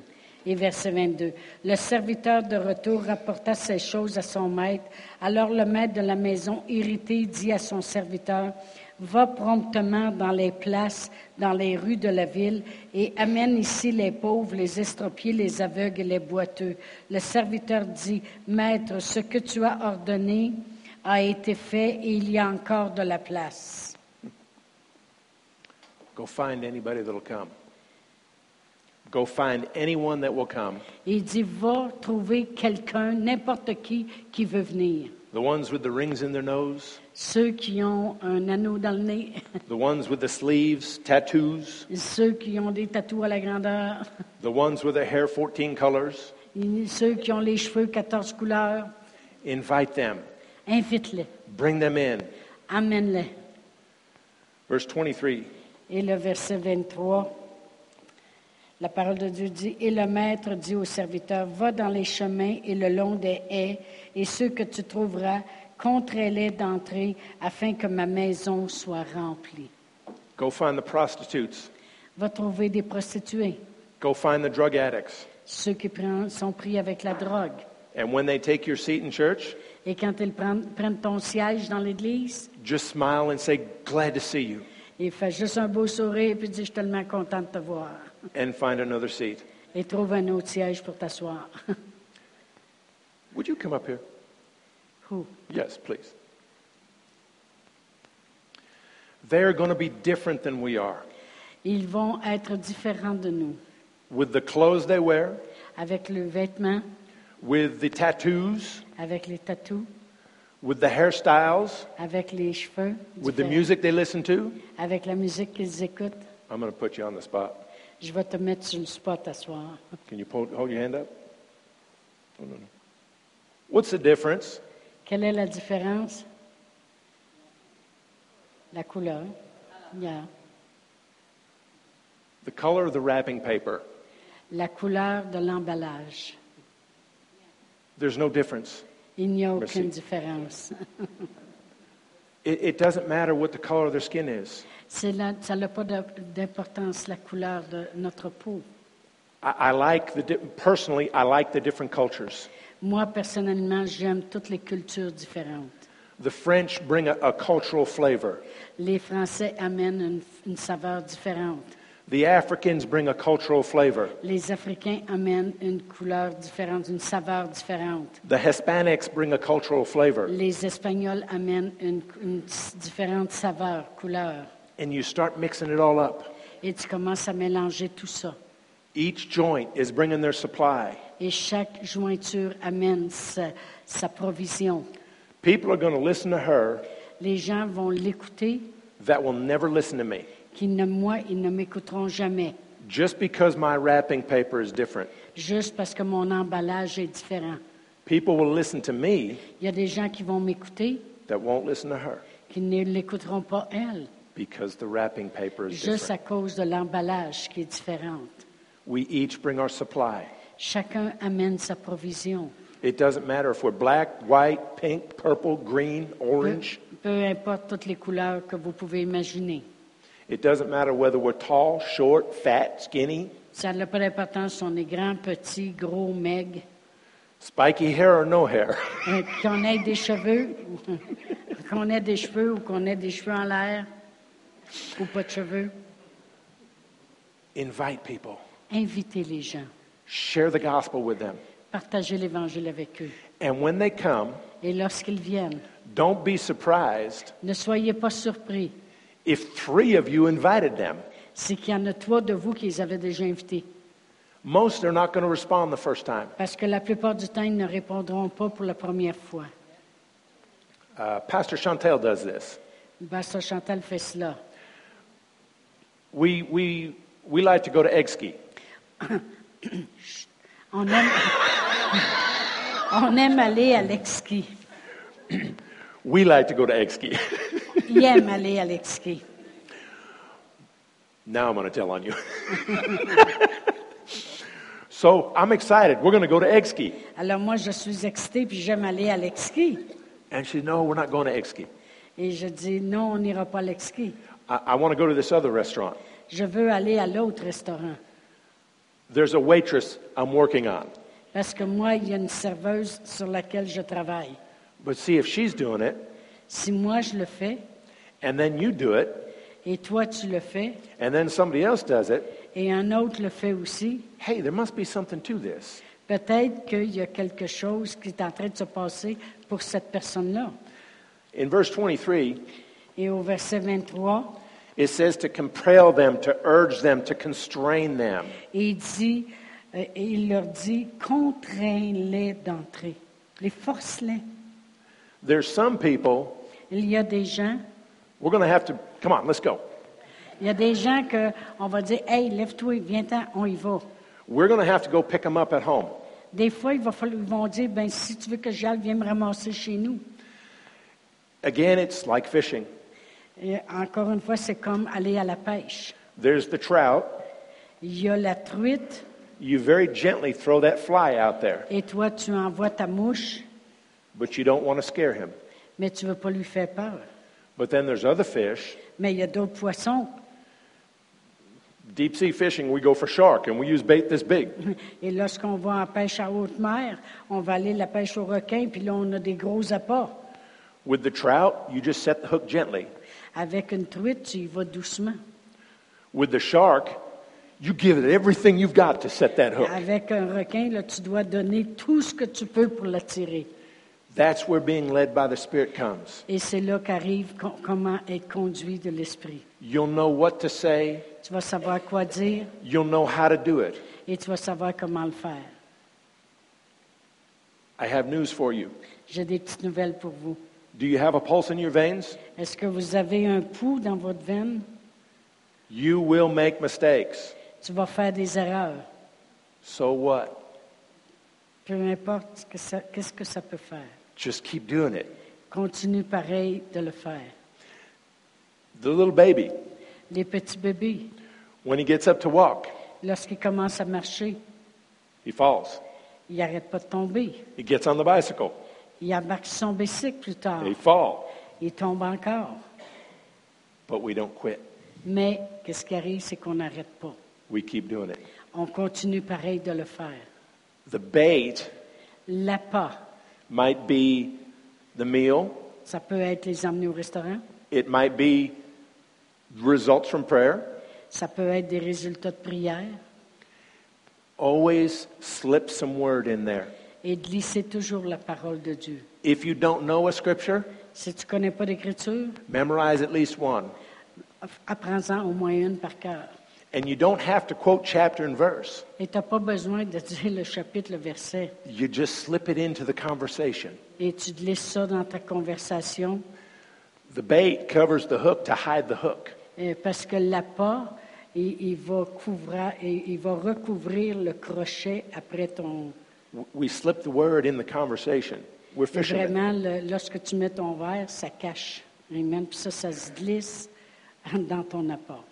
Speaker 1: et verset 22. Le serviteur de retour rapporta ces choses à son maître. Alors le maître de la maison, irrité, dit à son serviteur, Va promptement dans les places, dans les rues de la ville, et amène ici les pauvres, les estropiés, les aveugles et les boiteux. Le serviteur dit, Maître, ce que tu as ordonné a été fait et il y a encore de la place.
Speaker 2: Go find anybody that'll come. Go find anyone that will come.
Speaker 1: Et il dit, va trouver quelqu'un, n'importe qui, qui veut venir.
Speaker 2: The ones with the rings in their nose,
Speaker 1: Ceux qui ont un anneau dans le nez,
Speaker 2: the ones with the sleeves, tattoos,
Speaker 1: ceux qui ont des tatous à la grandeur,
Speaker 2: the ones with their hair 14 colors.
Speaker 1: et ceux qui ont les cheveux 14 couleurs,
Speaker 2: Invite them,
Speaker 1: invite-les,
Speaker 2: bring them in.
Speaker 1: amène-les.
Speaker 2: Verse 23
Speaker 1: Et le verset 23, la parole de Dieu dit, Et le maître dit au serviteur, Va dans les chemins et le long des haies, et ceux que tu trouveras, contrez-les d'entrer, afin que ma maison soit remplie.
Speaker 2: Go find the prostitutes,
Speaker 1: Va trouver des prostituées.
Speaker 2: go find the drug addicts.
Speaker 1: ceux qui prennent- sont pris avec la drogue.
Speaker 2: And when they take your seat in church,
Speaker 1: Et quand ils prennent, prennent ton siège dans l'Église,
Speaker 2: just smile and say, Glad to see you,
Speaker 1: ils font juste un beau sourire et puis disent « Je suis tellement content de te voir.
Speaker 2: and find another seat. »
Speaker 1: Et trouve un autre siège pour t'asseoir.
Speaker 2: Would you come up here?
Speaker 1: Who?
Speaker 2: Yes, please. They're going to be different than we are.
Speaker 1: Ils vont être différents de nous,
Speaker 2: With the clothes they wear,
Speaker 1: avec le vêtement,
Speaker 2: with the tattoos,
Speaker 1: avec les tatous,
Speaker 2: with the hairstyles,
Speaker 1: avec les cheveux,
Speaker 2: with the
Speaker 1: différents,
Speaker 2: music they listen to.
Speaker 1: avec la musique qu'ils écoutent.
Speaker 2: I'm going to put you on the spot.
Speaker 1: Je vais te mettre sur le spot à soir.
Speaker 2: Can you pull, hold your hand up? No, no, no. What's the difference?
Speaker 1: Quelle est la différence? La couleur. Yeah.
Speaker 2: The color of the wrapping paper.
Speaker 1: La couleur de l'emballage.
Speaker 2: There's no difference.
Speaker 1: Il n'y a aucune
Speaker 2: Merci.
Speaker 1: différence.
Speaker 2: It, it doesn't matter what the color of their skin is.
Speaker 1: C'est la- ça n'a pas de- d'importance, la couleur de notre peau.
Speaker 2: I, I like the di- personally. I like the different cultures.
Speaker 1: Moi, personnellement, j'aime toutes les cultures différentes.
Speaker 2: The French bring a, a cultural flavor.
Speaker 1: Les Français amènent une, une saveur différente.
Speaker 2: The Africans bring a cultural flavor.
Speaker 1: Les Africains amènent une couleur différente, une saveur différente.
Speaker 2: The Hispanics bring a cultural flavor.
Speaker 1: Les Espagnols amènent une, une s- différente saveur, couleur.
Speaker 2: And you start mixing it all up.
Speaker 1: Et tu commences à mélanger tout ça.
Speaker 2: Each joint is bringing their supply.
Speaker 1: Et chaque jointure amène sa- sa provision.
Speaker 2: People are going to listen to her
Speaker 1: Les gens vont l'écouter
Speaker 2: that will never listen to me
Speaker 1: qui ne moi, ils ne m'écouteront jamais,
Speaker 2: just because my wrapping paper is different.
Speaker 1: juste parce que mon emballage est différent.
Speaker 2: People will listen to me
Speaker 1: Il y a des gens qui vont m'écouter,
Speaker 2: that won't listen to her
Speaker 1: qui ne l'écouteront pas elle,
Speaker 2: because the wrapping paper is
Speaker 1: juste à
Speaker 2: different.
Speaker 1: cause de l'emballage qui est différente.
Speaker 2: We each bring our supply.
Speaker 1: Chacun amène sa provision.
Speaker 2: It doesn't matter if we're black, white, pink, purple, green,
Speaker 1: Peu,
Speaker 2: orange.
Speaker 1: peu importe toutes les couleurs que vous pouvez imaginer.
Speaker 2: It doesn't matter whether we're tall, short, fat, skinny,
Speaker 1: Ça n'a pas d'importance si on est grand, petit, gros, maigre,
Speaker 2: spiky hair or no hair.
Speaker 1: euh, qu'on ait des cheveux, qu'on ait des cheveux ou qu'on ait des cheveux en l'air ou pas de cheveux.
Speaker 2: Invite people,
Speaker 1: Invitez les gens.
Speaker 2: share the gospel with them.
Speaker 1: Partagez l'Évangile avec eux.
Speaker 2: And when they come,
Speaker 1: Et lorsqu'ils viennent,
Speaker 2: don't be surprised
Speaker 1: ne soyez pas surpris.
Speaker 2: if three of you invited them.
Speaker 1: C'est qu'il y en a trois de vous qui les avez déjà invités.
Speaker 2: Most are not going to respond the first time.
Speaker 1: Parce que la plupart du temps, ils ne répondront pas pour la première fois.
Speaker 2: Uh, Pastor Chantel does this.
Speaker 1: Pasteur Ben, Chantal fait cela.
Speaker 2: We, we, we like to go to egg ski.
Speaker 1: On aime, on aime aller à l'exquis.
Speaker 2: We like to go to egg ski.
Speaker 1: Il aime aller à l'exquis.
Speaker 2: now I'm going to tell on you. so I'm excited. We're going to go to egg ski.
Speaker 1: Alors moi, je suis excitée, puis j'aime aller à l'exquis.
Speaker 2: And she, no, we're not going to egg ski.
Speaker 1: Et je dis, non, on n'ira pas à l'exquis.
Speaker 2: I, I want to go to this other restaurant.
Speaker 1: Je veux aller à l'autre restaurant.
Speaker 2: There's a waitress I'm working on.
Speaker 1: Parce que moi, il y a une serveuse sur laquelle je travaille.
Speaker 2: But see, if she's doing it,
Speaker 1: Si moi, je le fais,
Speaker 2: and then you do it,
Speaker 1: et toi, tu le fais,
Speaker 2: and then somebody else does it,
Speaker 1: et un autre le fait aussi,
Speaker 2: hey, there must be something to this.
Speaker 1: peut-être qu'il y a quelque chose qui est en train de se passer pour cette personne-là.
Speaker 2: In verse 23,
Speaker 1: Et au verset 23,
Speaker 2: It says to compel them, to urge them, to constrain them.
Speaker 1: Et il dit, euh, et il leur dit, contrains-les d'entrer. Les force-les.
Speaker 2: There's some people,
Speaker 1: Il y a des gens,
Speaker 2: we're going to have to, come on, let's go.
Speaker 1: il y a des gens que on va dire, hey, lève-toi, viens-t'en, on y va.
Speaker 2: We're going to have to go pick them up at home.
Speaker 1: Des fois, il va falloir, ils vont dire, ben si tu veux que j'aille, viens me ramasser chez nous.
Speaker 2: Again, it's like fishing.
Speaker 1: Et encore une fois, c'est comme aller à la pêche.
Speaker 2: There's the trout.
Speaker 1: Il y a la truite,
Speaker 2: You very gently throw that fly out there,
Speaker 1: et toi, tu envoies ta mouche,
Speaker 2: but you don't want to scare him.
Speaker 1: mais tu ne veux pas lui faire peur.
Speaker 2: But then there's other fish.
Speaker 1: Mais il y a d'autres poissons.
Speaker 2: Deep sea fishing, we go for shark and we use bait this big.
Speaker 1: Et lorsqu'on va en pêche à haute mer, on va aller la pêche au requin, puis là, on a des gros appâts.
Speaker 2: With the trout, you just set the hook gently.
Speaker 1: Avec une truite, tu y vas doucement.
Speaker 2: With the shark, you give it everything you've got to set that hook.
Speaker 1: Avec un requin, là, tu dois donner tout ce que tu peux pour l'attirer.
Speaker 2: That's where being led by the Spirit comes.
Speaker 1: Et c'est là qu'arrive co- comment être conduit de l'esprit.
Speaker 2: You'll know what to say,
Speaker 1: Tu vas savoir quoi dire
Speaker 2: you'll know how to do it.
Speaker 1: et tu vas savoir comment le faire.
Speaker 2: I have news for you.
Speaker 1: J'ai des petites nouvelles pour vous.
Speaker 2: Do you have a pulse in your veins?
Speaker 1: Est-ce que vous avez un pouls dans votre veine?
Speaker 2: You will make mistakes.
Speaker 1: Tu vas faire des erreurs.
Speaker 2: So what?
Speaker 1: Peu importe ce que ça- qu'est-ce que ça peut faire.
Speaker 2: Just keep doing it.
Speaker 1: Continue pareil de le faire.
Speaker 2: The little baby,
Speaker 1: Les petits bébés,
Speaker 2: when he gets up to walk,
Speaker 1: lorsqu'ils commencent à marcher,
Speaker 2: he falls.
Speaker 1: ils n'arrêtent pas de tomber.
Speaker 2: He gets on the bicycle,
Speaker 1: Ils embarquent sur son bicycle plus tard.
Speaker 2: they fall.
Speaker 1: Ils tombent encore.
Speaker 2: But we don't quit.
Speaker 1: Mais qu'est-ce qui arrive, c'est qu'on n'arrête pas.
Speaker 2: We keep doing it.
Speaker 1: On continue pareil de le faire.
Speaker 2: The bait
Speaker 1: L'appât,
Speaker 2: might be the meal,
Speaker 1: ça peut être les emmener au restaurant,
Speaker 2: it might be results from prayer.
Speaker 1: ça peut être des résultats de prière
Speaker 2: Always slip some word in there.
Speaker 1: et de lisser toujours la parole de Dieu.
Speaker 2: If you don't know a scripture,
Speaker 1: Si tu ne connais pas l'écriture,
Speaker 2: memorize at least one.
Speaker 1: apprends-en au moins une par cœur.
Speaker 2: And you don't have to quote chapter and verse.
Speaker 1: Et tu n'as pas besoin de dire le chapitre, le verset.
Speaker 2: You just slip it into the conversation.
Speaker 1: Et tu laisses ça dans ta conversation
Speaker 2: The bait covers the hook to hide the hook.
Speaker 1: Euh, parce que l'appât, il, il va couvrir, il, il va recouvrir le crochet après ton.
Speaker 2: W- We slip the word in the conversation. We're
Speaker 1: Et
Speaker 2: fishermen.
Speaker 1: Vraiment, le- lorsque tu mets ton verre, ça cache. Amen. Puis ça, ça se glisse dans ton appât.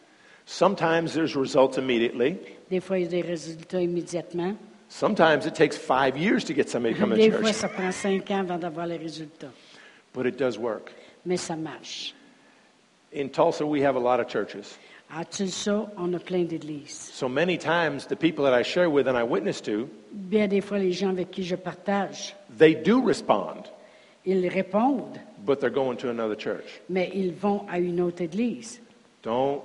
Speaker 2: Sometimes there's results immediately.
Speaker 1: Des fois, il y a des résultats immédiatement.
Speaker 2: Sometimes it takes five years to get somebody to come to
Speaker 1: Des fois,
Speaker 2: church.
Speaker 1: ça prend cinq ans avant d'avoir les résultats.
Speaker 2: But it does work.
Speaker 1: Mais ça marche.
Speaker 2: In Tulsa, we have a lot of churches.
Speaker 1: À Tulsa, on a plein d'églises.
Speaker 2: So many times, the people that I share with and I witness to,
Speaker 1: Bien des fois, les gens avec qui je partage,
Speaker 2: they do respond,
Speaker 1: ils répondent,
Speaker 2: but they're going to another church.
Speaker 1: mais ils vont à une autre église.
Speaker 2: Don't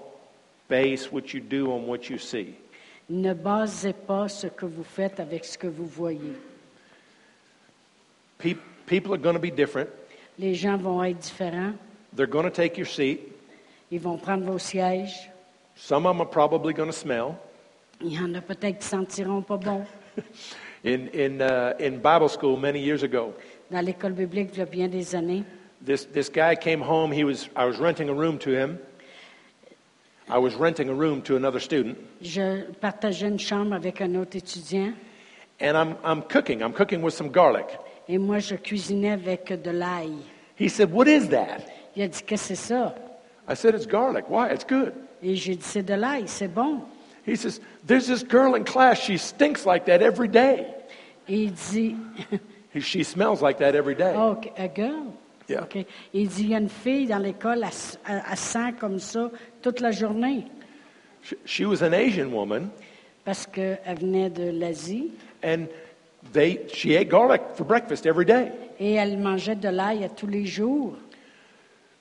Speaker 2: base what you do on what you see.
Speaker 1: Ne basez pas ce que vous faites avec ce que vous voyez.
Speaker 2: Pe- people are going to be different.
Speaker 1: Les gens vont être différents.
Speaker 2: They're going to take your seat.
Speaker 1: Ils vont prendre vos sièges.
Speaker 2: Some of them are probably going to smell.
Speaker 1: Il y en a peut-être qui sentiront pas bon.
Speaker 2: In, in, uh, in Bible school many years ago,
Speaker 1: Dans l'école biblique, il y a bien des années,
Speaker 2: this, this guy came home. He was, I was renting a room to him. I was renting a room to another student.
Speaker 1: je partageais une chambre avec un autre étudiant
Speaker 2: And I'm, I'm cooking. I'm cooking with some garlic.
Speaker 1: et moi, je cuisinais avec de l'ail.
Speaker 2: He said, What is that?
Speaker 1: Il a dit, qu'est-ce que c'est ça?
Speaker 2: I said, It's garlic. Why? It's good.
Speaker 1: Et j'ai dit, c'est de l'ail, c'est bon.
Speaker 2: He says, There's this girl in class. She stinks like that every day.
Speaker 1: Et il dit,
Speaker 2: He, she smells like that every day.
Speaker 1: oh, a girl.
Speaker 2: Yeah.
Speaker 1: OK. Il dit, il y a une fille dans l'école, elle, s- elle- elle sent comme ça toute la journée
Speaker 2: She, she was an Asian woman,
Speaker 1: parce qu'elle venait de l'Asie
Speaker 2: and they, she ate garlic for breakfast every day.
Speaker 1: et elle mangeait de l'ail à tous les jours.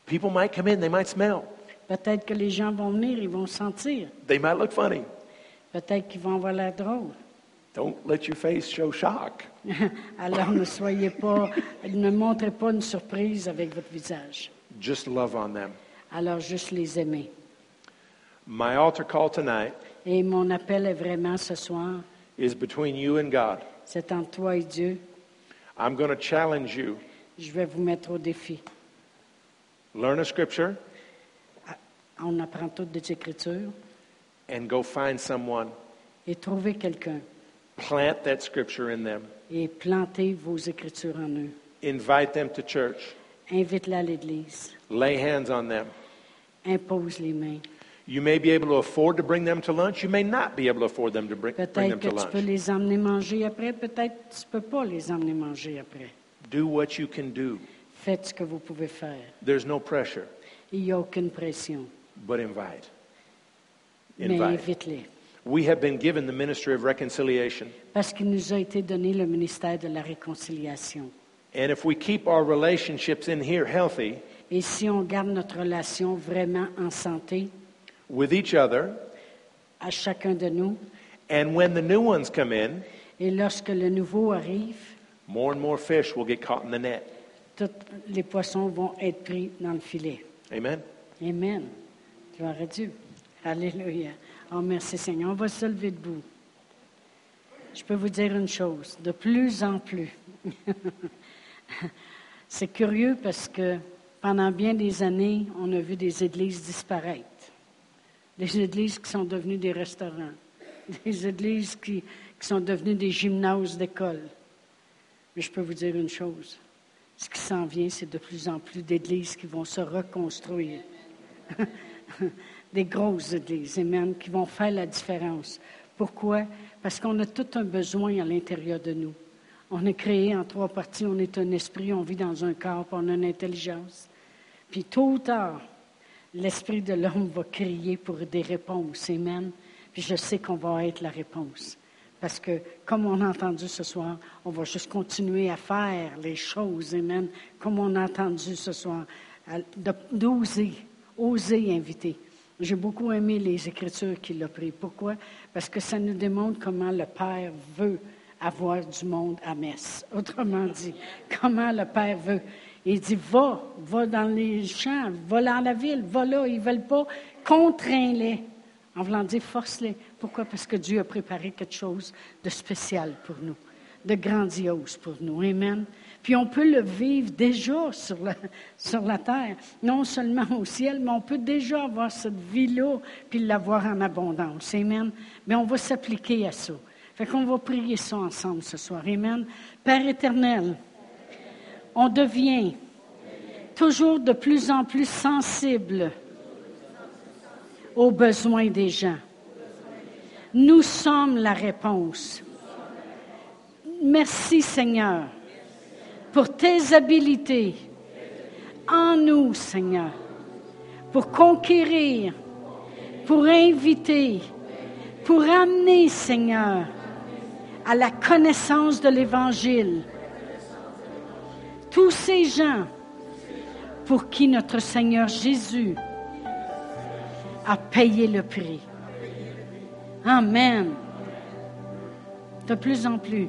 Speaker 2: People might come in, they might smell,
Speaker 1: Peut-être que les gens vont venir, ils vont sentir.
Speaker 2: they might look funny.
Speaker 1: Peut-être qu'ils vont avoir l'air drôle.
Speaker 2: Don't let your face show shock.
Speaker 1: Alors ne soyez pas, ne montrez pas une surprise avec votre visage.
Speaker 2: Just love on them.
Speaker 1: Alors juste les aimer.
Speaker 2: My altar call tonight
Speaker 1: Et mon appel est vraiment ce soir,
Speaker 2: is between you and God.
Speaker 1: c'est entre toi et Dieu.
Speaker 2: I'm going to challenge you.
Speaker 1: Je vais vous mettre au défi.
Speaker 2: Learn a scripture
Speaker 1: On apprend toutes des Écritures
Speaker 2: and go find someone.
Speaker 1: et trouvez quelqu'un
Speaker 2: Plant that scripture in them.
Speaker 1: et plantez vos Écritures en eux.
Speaker 2: Invite them to church.
Speaker 1: Invite-les à l'Église.
Speaker 2: Lay hands on them.
Speaker 1: Impose les mains.
Speaker 2: You may be able to afford to bring them to lunch. You may not be able to afford them to bring, bring
Speaker 1: Peut-être
Speaker 2: them
Speaker 1: que
Speaker 2: to
Speaker 1: tu peux
Speaker 2: lunch.
Speaker 1: les emmener manger après, peut-être que tu peux pas les emmener manger après.
Speaker 2: Do what you can do.
Speaker 1: Faites ce que vous pouvez faire.
Speaker 2: There's no pressure,
Speaker 1: Il n'y a aucune pression,
Speaker 2: but invite.
Speaker 1: mais
Speaker 2: Invite.
Speaker 1: invite-les.
Speaker 2: We have been given the ministry of reconciliation.
Speaker 1: Parce qu'il nous a été donné le ministère de la réconciliation.
Speaker 2: And if we keep our relationships in here healthy
Speaker 1: Et si on garde notre relation vraiment en santé,
Speaker 2: with each other,
Speaker 1: à chacun de nous,
Speaker 2: and when the new ones come in,
Speaker 1: et lorsque le nouveau arrive,
Speaker 2: more and more fish will get caught in the net.
Speaker 1: tous les poissons vont être pris dans le filet.
Speaker 2: Amen.
Speaker 1: Amen. Gloire à Dieu. Alléluia. Oh, merci Seigneur. On va se lever debout. Je peux vous dire une chose, de plus en plus. C'est curieux parce que pendant bien des années, on a vu des églises disparaître. Des églises qui sont devenues des restaurants. Des églises qui, qui sont devenues des gymnases d'école. Mais je peux vous dire une chose. Ce qui s'en vient, c'est de plus en plus d'églises qui vont se reconstruire. des grosses églises, amen, qui vont faire la différence. Pourquoi? Parce qu'on a tout un besoin à l'intérieur de nous. On est créé en trois parties. On est un esprit, on vit dans un corps, puis on a une intelligence. Puis tôt ou tard, l'esprit de l'homme va crier pour des réponses. Amen. Puis je sais qu'on va être la réponse. Parce que, comme on a entendu ce soir, on va juste continuer à faire les choses, Amen, comme on a entendu ce soir, à- de- d'oser, oser inviter. J'ai beaucoup aimé les Écritures qu'il a prises. Pourquoi? Parce que ça nous démontre comment le Père veut avoir du monde à messe. Autrement dit, comment le Père veut. Il dit, va, va dans les champs, va dans la ville, va là, ils ne veulent pas, contrains-les. En voulant dire, force-les. Pourquoi? Parce que Dieu a préparé quelque chose de spécial pour nous, de grandiose pour nous. Amen. Puis on peut le vivre déjà sur la, sur la terre, non seulement au ciel, mais on peut déjà avoir cette vie-là, puis l'avoir en abondance. Amen. Mais on va s'appliquer à ça. Fait qu'on va prier ça ensemble ce soir. Amen. Père éternel, on devient toujours de plus en plus sensible aux besoins des gens. Nous sommes la réponse. Merci Seigneur pour tes habilités en nous, Seigneur, pour conquérir, pour inviter, pour amener, Seigneur, à la connaissance de l'Évangile. Tous ces gens pour qui notre Seigneur Jésus a payé le prix. Amen. De plus en plus,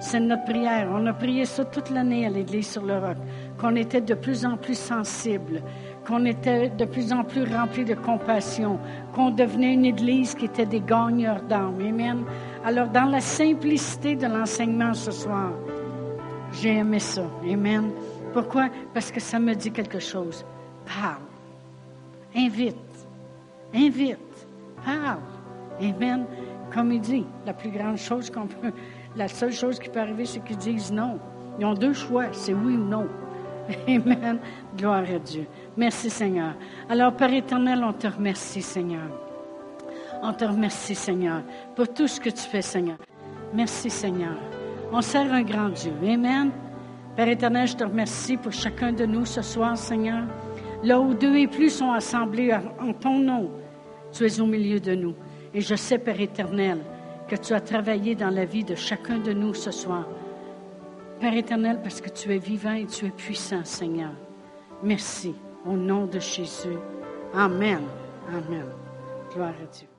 Speaker 1: c'est notre prière. On a prié ça toute l'année à l'Église sur le roc, qu'on était de plus en plus sensible, qu'on était de plus en plus rempli de compassion, qu'on devenait une Église qui était des gagneurs d'âmes. Amen. Alors, dans la simplicité de l'enseignement ce soir, j'ai aimé ça. Amen. Pourquoi? Parce que ça me dit quelque chose. Parle. Invite. Invite. Parle. Amen. Comme il dit, la plus grande chose qu'on peut, la seule chose qui peut arriver, c'est qu'ils disent non. Ils ont deux choix, c'est oui ou non. Amen. Gloire à Dieu. Merci Seigneur. Alors, Père éternel, on te remercie Seigneur. On te remercie Seigneur pour tout ce que tu fais Seigneur. Merci Seigneur. On sert un grand Dieu. Amen. Père éternel, je te remercie pour chacun de nous ce soir Seigneur. Là où deux et plus sont assemblés en ton nom, tu es au milieu de nous. Et je sais, Père éternel, que tu as travaillé dans la vie de chacun de nous ce soir. Père éternel, parce que tu es vivant et tu es puissant, Seigneur. Merci. Au nom de Jésus. Amen. Amen. Gloire à Dieu.